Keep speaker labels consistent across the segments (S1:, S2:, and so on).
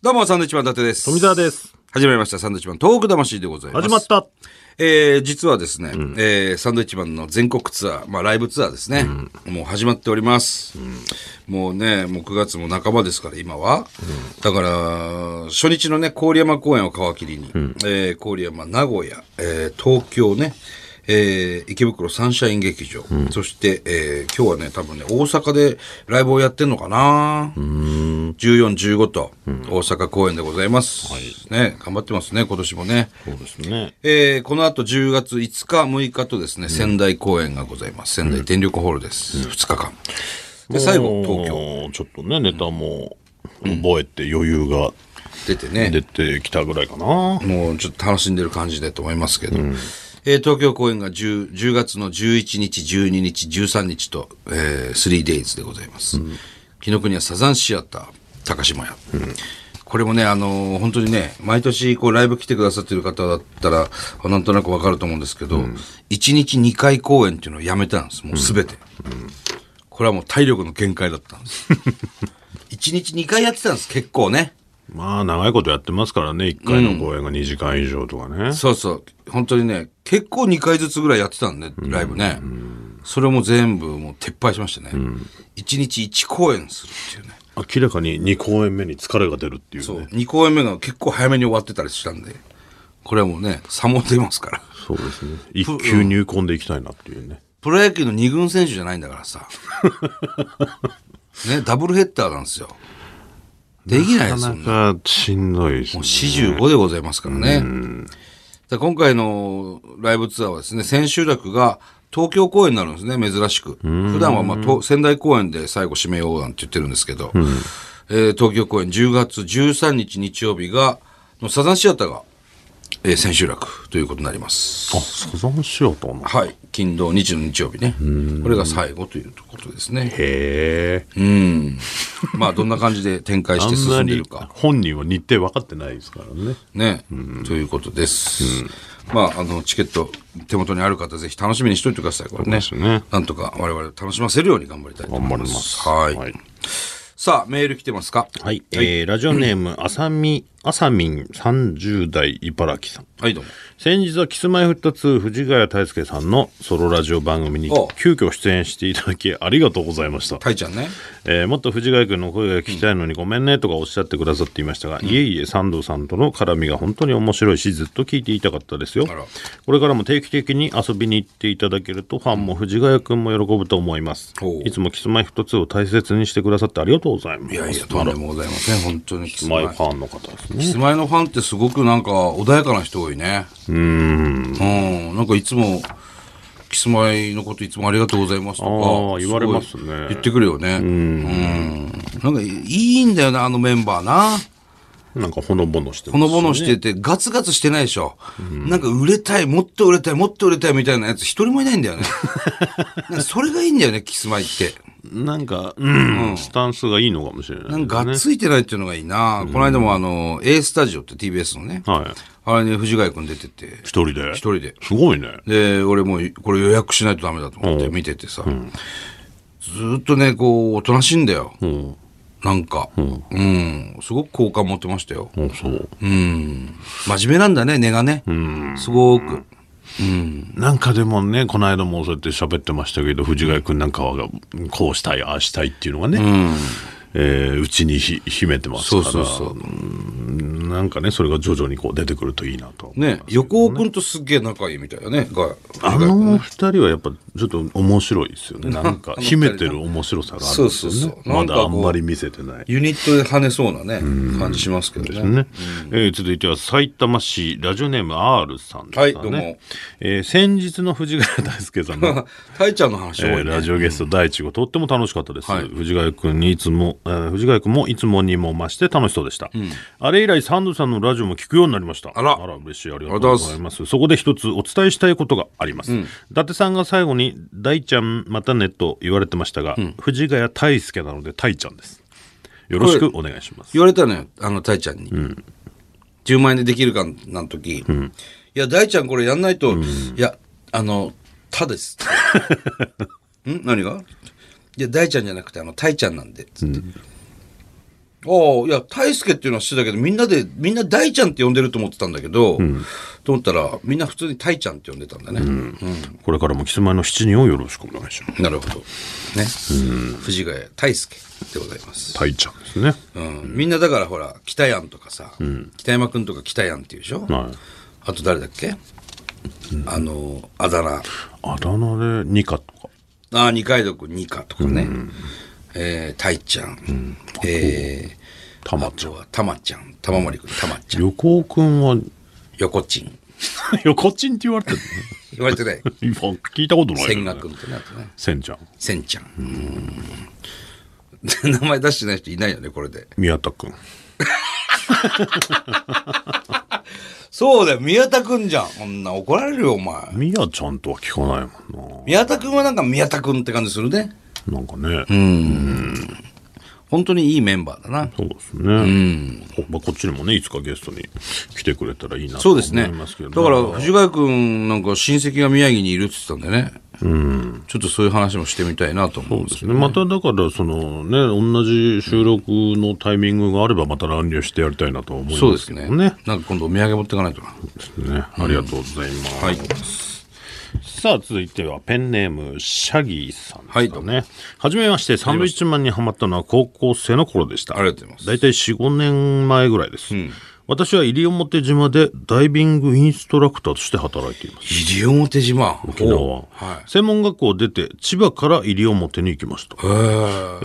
S1: どうも、サンドイッチマン伊達です。
S2: 富澤です。
S1: 始まりました、サンドイッチマントーク魂でございます。
S2: 始まった。
S1: えー、実はですね、えーサンドイッチマンの全国ツアー、まあライブツアーですね、もう始まっております、もうね、もう9月も半ばですから、今は。だから、初日のね、郡山公演を皮切りに、えー郡山、名古屋、えー東京ね、えー池袋サンシャイン劇場、そして、えー今日はね、多分ね、大阪でライブをやってんのかな14、15と、大阪公演でございます。ね、頑張ってますね、今年もね。
S2: そうですね。
S1: えーこの後10月5日、6日とですね、仙台公演がございます。仙台電力ホールです。2日間。で、最後、東京
S2: 京。ちょっとね、ネタも覚えて余裕が
S1: 出て
S2: 出
S1: ね、
S2: てきたぐらいかな。
S1: もうちょっと楽しんでる感じだと思いますけど。えー東京公演が 10, 10月の11日、12日、13日と、えー、3days でございます。紀、ノ国はサザンシアター、高島屋。これもね、あのー本当にね、毎年こうライブ来てくださってる方だったら、なんとなくわかると思うんですけど、1日2回公演っていうのをやめたんです、もうすべて。これはもう体力の限界だったんです。1日2回やってたんです、結構ね。
S2: まあ、長いことやってますからね。1回の公演が2時間以上とかね。
S1: そうそう。本当にね、結構2回ずつぐらいやってたんで、ライブね。それも全部もう撤廃しましたね。1日1公演するっていうね。
S2: 明らかに2公演目に疲れが出るっていう
S1: そう。
S2: ね。
S1: 2公演目が結構早めに終わってたりしたんで、これはもうね、差も出ますから。
S2: そうですね。一級入魂でいきたいなっていうね。
S1: プロ野球の2軍選手じゃないんだから さ。ね、ダブルヘッダーなんですよ。できないで
S2: な
S1: すよ
S2: か
S1: ね。
S2: なかしんどいですね。
S1: 45でございますからね。で今回のライブツアーはですね、千秋楽が東京公演になるんですね、珍しく。普段は、まあ、と仙台公演で最後締めようなんて言ってるんですけど、えー東京公演10月13日日曜日が、のサザンシアターが、えー千秋楽ということになります。
S2: あ、サザンシアターな。
S1: はい。金土日の日曜日ね。これが最後ということですね。
S2: へえ。
S1: うん。まあ、どんな感じで展開し
S2: あ
S1: て
S2: んな
S1: 進んで
S2: に
S1: るか。
S2: 本人は日程分かってないですからね。
S1: ね、ということです。まあ、あの、チケット手元にある方、ぜひ楽しみにしといてください、これね
S2: そうですね。
S1: なんとか我々を楽しませるように頑張りたいと思
S2: 頑張
S1: い
S2: り
S1: ま
S2: ます。
S1: す。はい,、さあ、メール来てますか
S2: はい、えーラジオネーム、あさみ、あさみん30代茨城さん。
S1: はい、どうも。
S2: 先日はキスマイフット2藤ヶ谷太輔さんのソロラジオ番組に
S1: おう
S2: 急遽出演していただきありがとうございました。
S1: たいちゃんね。
S2: えーもっと藤ヶ谷君の声が聞きたいのにごめんねとかおっしゃってくださっていましたが、いえいえ三藤さんとの絡みが本当に面白いしずっと聞いていたかったですよ
S1: あら
S2: これからも定期的に遊びに行っていただけるとファンも藤ヶ谷君も喜ぶと思います
S1: おう
S2: いつもキスマイフット2を大切にしてくださってありがとうございます
S1: いやいや、とんでもございません。本当にキ
S2: キ
S1: ス
S2: スマ
S1: マ
S2: イ
S1: イ
S2: フ。ァンの方ですね
S1: キスマイのファンってすごくなんか穏やかな人多いね。うん。うん。なんかいつも、キスマイのこといつもありがとうございますとか
S2: ああ言われますね
S1: ごい言ってくるよね。うん。なんかいいんだよな、あのメンバーな。
S2: なんかほのぼのしてます
S1: ほのぼのしてて、ガツガツしてないでしょ。なんか売れたい、もっと売れたい、もっと売れたいみたいなやつ一人もいないん だよね。なんかそれがいいんだよね、キスマイって。
S2: なんか、うん、スタンスがいいのかもしれない、
S1: なんかがっついてないっていうのがいいな。この間もあの、A スタジオって TBS のね。
S2: はい。
S1: あれに藤ヶ谷くん出てて、
S2: 一人で。
S1: 一人で。
S2: すごいね。
S1: で、俺もうこれ予約しないとダメだと思って見ててさ。ずーっとね、こう、おとなしいんだよ。
S2: うん。
S1: なんか。うん。すごく好感持ってましたよ。
S2: あそう。
S1: うん。真面目なんだね、根がね。すごく。
S2: なんかでもね、この間もそうやって喋ってましたけど、藤ヶ谷君なんかは、こうしたい、ああしたいっていうのがね、うえーうちにひ秘めてますか
S1: そう
S2: ら。
S1: そうそう。
S2: なんかね、それが徐々にこう出てくるといいなと。
S1: ね、横尾くんとすっげえ仲いいみたいだね。が
S2: あの二人はやっぱちょっと面白いですよね。な んか秘めてる面白さがあるんですよね。
S1: そうそうそうなん
S2: ま
S1: かこ
S2: だあ
S1: うん
S2: まり見せてない。
S1: ユニットで跳ねそうなね、感じしますけどね。
S2: ねえー続いては埼玉市ラジオネーム R さんですかね、
S1: はいどうも
S2: えー先日の藤ヶ谷大輔さ んの、
S1: たいちゃんの話
S2: え
S1: 多
S2: ー
S1: いね。
S2: ラジオゲスト第1号、とっても楽しかったです、
S1: はい
S2: 藤ヶ谷君にいつも、えー藤ヶ谷君もいつもにも増して楽しそうでした、あれ以来サンドさんのラジオも聞くようになりました
S1: あら
S2: 嬉しいありがとうございますそこで一つお伝えしたいことがあります、伊達さんが最後に「大ちゃんまたね」と言われてましたが、藤ヶ谷大輔なので大ちゃんですよろしくお願いします
S1: 言われたのよ、あの、たいちゃんに。10万円でできるかなん時、いや、大ちゃんこれやんないと、いや、あの、たです。 ん何がいや、大ちゃんじゃなくて、あの、たいちゃんなんで、つって。ああ、いや、大輔っていうのは知ってたけど、みんなで、みんな大ちゃんって呼んでると思ってたんだけど、と思ったら、みんな普通に大ちゃんって呼んでたんだね。
S2: これからもキスマイの7人をよろしくお願いします。
S1: なるほど。ね。藤ヶ谷大輔でございます。
S2: タイちゃんですね。
S1: うん、みんなだからほら、北やんとかさ、北山くんとか北やんっていうでしょ、
S2: はい。
S1: あと誰だっけ、あの、あだ名。
S2: あだ名でニカとか。
S1: ああ、二階堂くん、二課とかね。えー、大ちゃん。えー、
S2: たま
S1: あとは、たまちゃん。玉森くん、たまちゃん。
S2: 横尾くんは、
S1: 横ちん。
S2: 横ちんって言われてる
S1: 言われて ない。
S2: の今聞いたことないよね。
S1: 千賀くんってなってね。
S2: 千ちゃん。
S1: 千ちゃん。うん 名前出してない人いないよね、これで。
S2: 宮田くん。
S1: そうだよ、宮田くんじゃん。こんな怒られるよ、お前。
S2: 宮ちゃんとは聞かないもん
S1: 宮田くんはなんか宮田くんって感じするね。
S2: な。なんかね。
S1: 本当にいいメンバーだな。
S2: そうですね。うん。まあ、こっちにもね、いつかゲストに来てくれたらいいなと
S1: そう
S2: 思
S1: ですね。
S2: い
S1: だ
S2: ますけど。
S1: から、藤ヶ谷くんなんか親戚が宮城にいるって言ってたんでね。ちょっとそういう話もしてみたいなと思うんです
S2: ね、まただから、そのね、同じ収録のタイミングがあれば、また乱入してやりたいなとは思い
S1: そう
S2: ま
S1: ですす
S2: けど
S1: ね。
S2: ね。
S1: なんか今度お土産持ってかないとな。
S2: ねありがとうございます。
S1: はい。
S2: さあ、続いてはペンネーム、シャギーさんですかね。
S1: は
S2: はいい、
S1: どう
S2: じめまして、サンドウィッチマンにハマったのは高校生の頃でした。
S1: ありがとうございます
S2: 大体4、5年前ぐらいです。私は西表島でダイビングインストラクターとして働いています。
S1: 西表島。
S2: 沖縄
S1: ほうはい。
S2: 専門学校を出て千葉から西表に行きました、
S1: へ
S2: え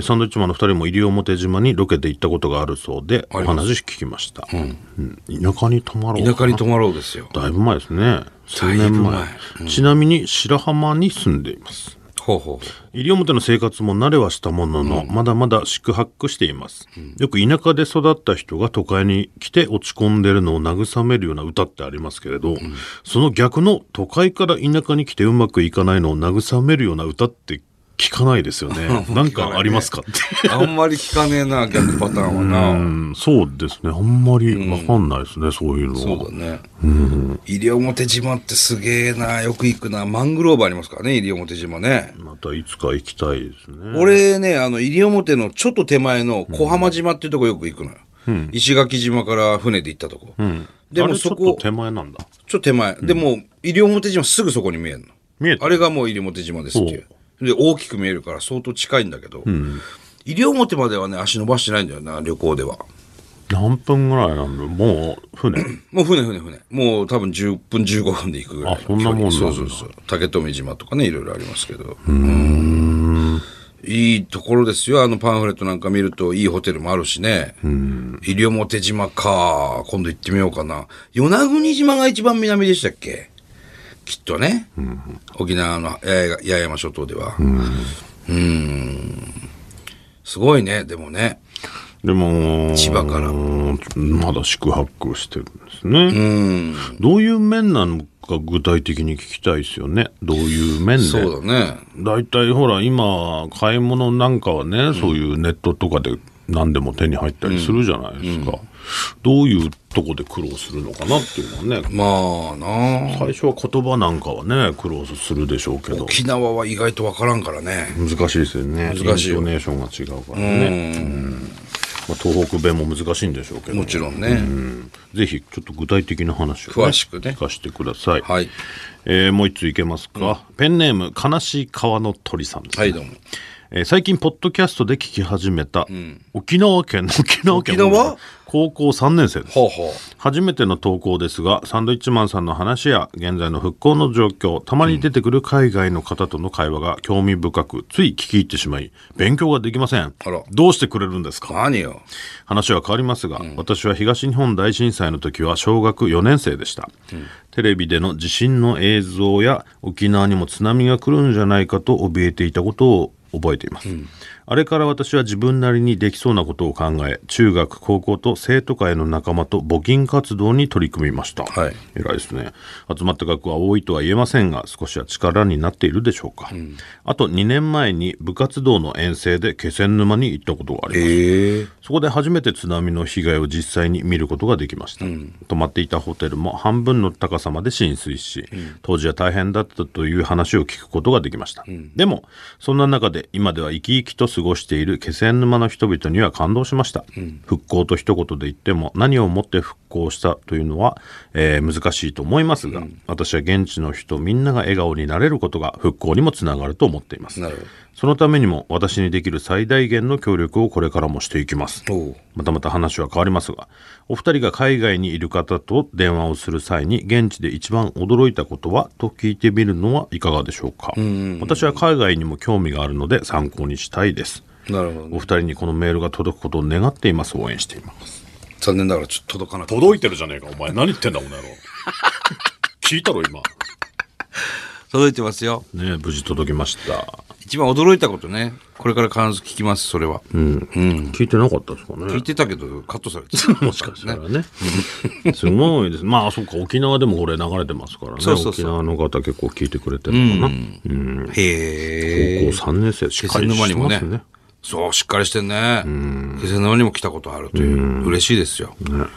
S2: ーサンドウィッチマンの2人も西表島にロケで行ったことがあるそうでお
S1: ります
S2: 話聞きました、うん田舎に泊まろう
S1: え
S2: かな
S1: 田舎に泊まろうですよ。
S2: だいぶ前ですね数
S1: だいぶ
S2: 年前
S1: 前
S2: ちなみに白浜に住んでいます
S1: ほうほ
S2: 西表の生活も慣れはしたものの、まだまだ四苦八苦しています、よく田舎で育った人が都会に来て落ち込んでるのを慰めるような歌ってありますけれど、その逆の都会から田舎に来てうまくいかないのを慰めるような歌って聞かないですよ ねなんかありますかって
S1: う。あんまり聞かねえな、逆パターンは
S2: う
S1: な。
S2: んそうですねあんまりわかんないですね、そういうのは
S1: そうだね。西表島ってすげえな、よく行くな。マングローブありますからね、西表島ね。
S2: またいつか行きたいですね
S1: 俺ね、あの、西表のちょっと手前の小浜島っていうとこよく行くのよ。石垣島から船で行ったとこ。で
S2: あ
S1: も
S2: れ
S1: そ
S2: ちょっ、
S1: こと
S2: 手前なんだ
S1: ちょっと手前。でも、西表島すぐそこに見えるの。
S2: 見えた
S1: あれがもう西表島ですっていう。で、大きく見えるから相当近いんだけど、西表まではね、足伸ばしてないんだよな、旅行では。
S2: 何分ぐらいなんだもう船
S1: もう船船船。もう多分10分15分で行くぐらいの
S2: あそんなもんなんだ
S1: そうそうそう。竹富島とかね、いろいろありますけど。いいところですよ。あのパンフレットなんか見ると、いいホテルもあるしね。西表島か。今度行ってみようかな。与那国島が一番南でしたっけきっとね。沖縄の八重が八重山諸島では。うん。すごいね、でもね。
S2: でも
S1: 千葉から
S2: まだ宿泊してるんですねどういう面なのか具体的に聞きたいですよねどういう面で
S1: そうだね。
S2: 大体ほら今買い物なんかはね、そういうネットとかで何でも手に入ったりするじゃないですか、どういうとこで苦労するのかなっていうのはね
S1: まあなあ
S2: 最初は言葉なんかはね苦労するでしょうけど
S1: 沖縄は意外とわからんからね。
S2: 難しいですよね
S1: 難しいよ
S2: イントネーションが違うからね、うんまあ、東北弁も難しいんでしょうけど
S1: もちろんね。
S2: ぜひちょっと具体的な話を、
S1: 詳しくね
S2: 聞かせてください、
S1: はい。
S2: えーもう一ついけますか、ペンネーム悲しい川の鳥さんです、ね
S1: はい、どうも。
S2: えー最近ポッドキャストで聞き始めた、沖縄県沖縄県
S1: 沖縄
S2: 高校3年生です
S1: ほうほう。
S2: 初めての投稿ですがサンドイッチマンさんの話や現在の復興の状況たまに出てくる海外の方との会話が興味深くつい聞き入ってしまい勉強ができません
S1: あら
S2: どうしてくれるんですか
S1: 何よ。
S2: 話は変わりますが、私は東日本大震災の時は小学4年生でした、テレビでの地震の映像や沖縄にも津波が来るんじゃないかと怯えていたことを覚えています、あれから私は自分なりにできそうなことを考え中学高校と生徒会の仲間と募金活動に取り組みました、
S1: はい
S2: 偉いですね集まった額は多いとは言えませんが少しは力になっているでしょうか、あと2年前に部活動の遠征で気仙沼に行ったことがあります
S1: ええ。
S2: そこで初めて津波の被害を実際に見ることができました、泊まっていたホテルも半分の高さまで浸水し、当時は大変だったという話を聞くことができました、でもそんな中でで今では生き生きと過ごしている気仙沼の人々には感動しました、復興と一言で言っても何をもって復興したというのは、えー難しいと思いますが、私は現地の人みんなが笑顔になれることが復興にもつながると思っています
S1: なるほど
S2: そのためにも私にできる最大限の協力をこれからもしていきます
S1: おう
S2: またまた話は変わりますがお二人が海外にいる方と電話をする際に現地で一番驚いたことはと聞いてみるのはいかがでしょうか私は海外にも興味があるので参考にしたいです
S1: なるほど
S2: お二人にこのメールが届くことを願っています応援しています
S1: 残念ながらちょっと届かなかった
S2: 届いてるじゃねえかお前何言ってんだこの野郎聞いたろ今
S1: 届いてますよ
S2: ねえ無事届きました、
S1: 一番驚いたことねこれから必ず聞きますそれは、
S2: 聞いてなかったですか
S1: 聞
S2: ね
S1: いてたけどカットされて
S2: もしかしたらね。すごいです。まあ、そうか、沖縄でもこれ流れてますからね。
S1: そうそうそう
S2: 沖縄の方結構聞いてくれてるのかな。
S1: たへえ
S2: 高校3年生、し
S1: 気
S2: っか
S1: 仙
S2: り
S1: 沼に
S2: して
S1: も
S2: ま
S1: ね
S2: すね。
S1: そうしっかりしてんね気仙沼にも来たことあるという嬉しいですよ、うん、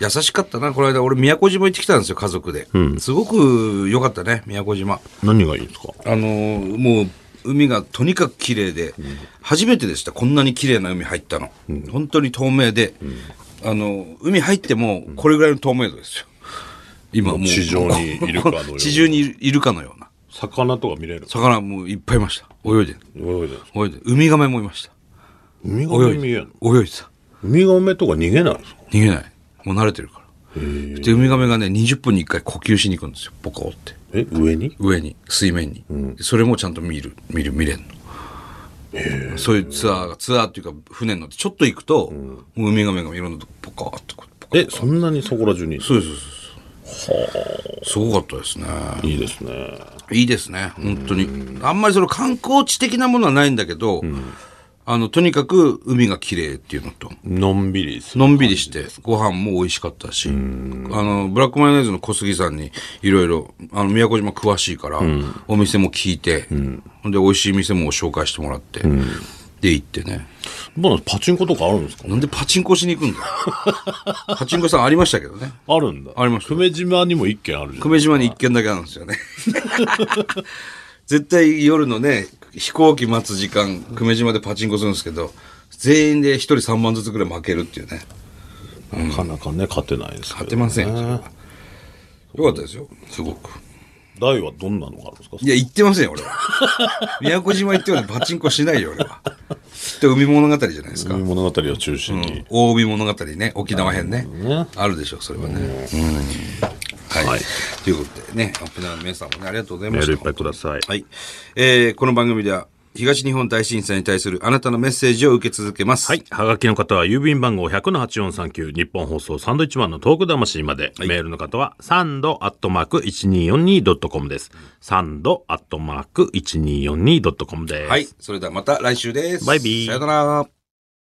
S1: 優しかったなこの間俺宮古島行ってきたんですよ家族で、すごく良かったね宮古島
S2: 何がいいですか
S1: あのーもう海がとにかく綺麗で、初めてでしたこんなに綺麗な海入ったの、本当に透明で、あの海入ってもこれぐらいの透明度ですよ今もう
S2: 地上にいるかのような
S1: 地上にいるかのような
S2: 魚とか見れる
S1: 魚もういっぱいいました泳いでる
S2: 泳いでる
S1: 泳いでるウミガメもいました
S2: ウミガ
S1: 泳い
S2: メ見
S1: で
S2: え
S1: る
S2: る
S1: 泳いでた
S2: ウミガメとか逃げないですか
S1: 逃げないもう慣れてるからでウミガメがね20分に1回呼吸しに行くんですよボコって
S2: え、上に
S1: 上に水面に、それもちゃんと見る見る見れんのそういうツアーがツアーっていうか船に乗ってちょっと行くと、もうウミガメがいろんなとこポカーってこうポカ
S2: え、そんなにそこら中に
S1: そうですそうですすごかったですね
S2: いいですね。
S1: いいですね本当に、あんまりその観光地的なものはないんだけど、あのとにかく海が綺麗っていうのと、
S2: のんびりする。
S1: のんびりして、ご飯も美味しかったし、あの、ブラックマヨネーズの小杉さんにいろいろ、あの、宮古島詳しいから、お店も聞いて、ほんで、美味しい店も紹介してもらって、で、行ってね。
S2: まだパチンコとかあるんですか
S1: なんでパチンコしに行くんだよパチンコさんありましたけどね。
S2: あるんだ。
S1: あります
S2: 久米島にも一軒あるじゃん。
S1: 久米島に一軒だけあるんですよね。絶対夜のね、飛行機待つ時間、久米島でパチンコするんですけど、全員で一人3万ずつぐらい負けるっていうね。
S2: なかなかね、勝てないですけ
S1: 勝
S2: ど。
S1: てませんよ、それは。よかったですよ、すごく。
S2: 大はどんなのがあるんですか
S1: いや、行ってませんよ、俺 は。宮古島行ってまでパチンコしないよ、俺は。きっと海物語じゃないですか。
S2: 海物語を中心に。
S1: 大海物語ね、沖縄編ね
S2: ね。
S1: あるでしょ、それはね。うんはい、
S2: はい
S1: ということでね、アップナーの皆さんもね、ありがとうございま
S2: メ
S1: した。
S2: ールいっぱいください。
S1: はい。えーこの番組では、東日本大震災に対するあなたのメッセージを受け続けます。
S2: はい。はがきの方は郵便番号100-8439日本放送サンドイッチマンのトーク魂まで。メールの方はサンドアットマーク 1242.com です。サンドアットマーク 1242.com です。
S1: はい。それではまた来週です。
S2: バイビー
S1: さよなら。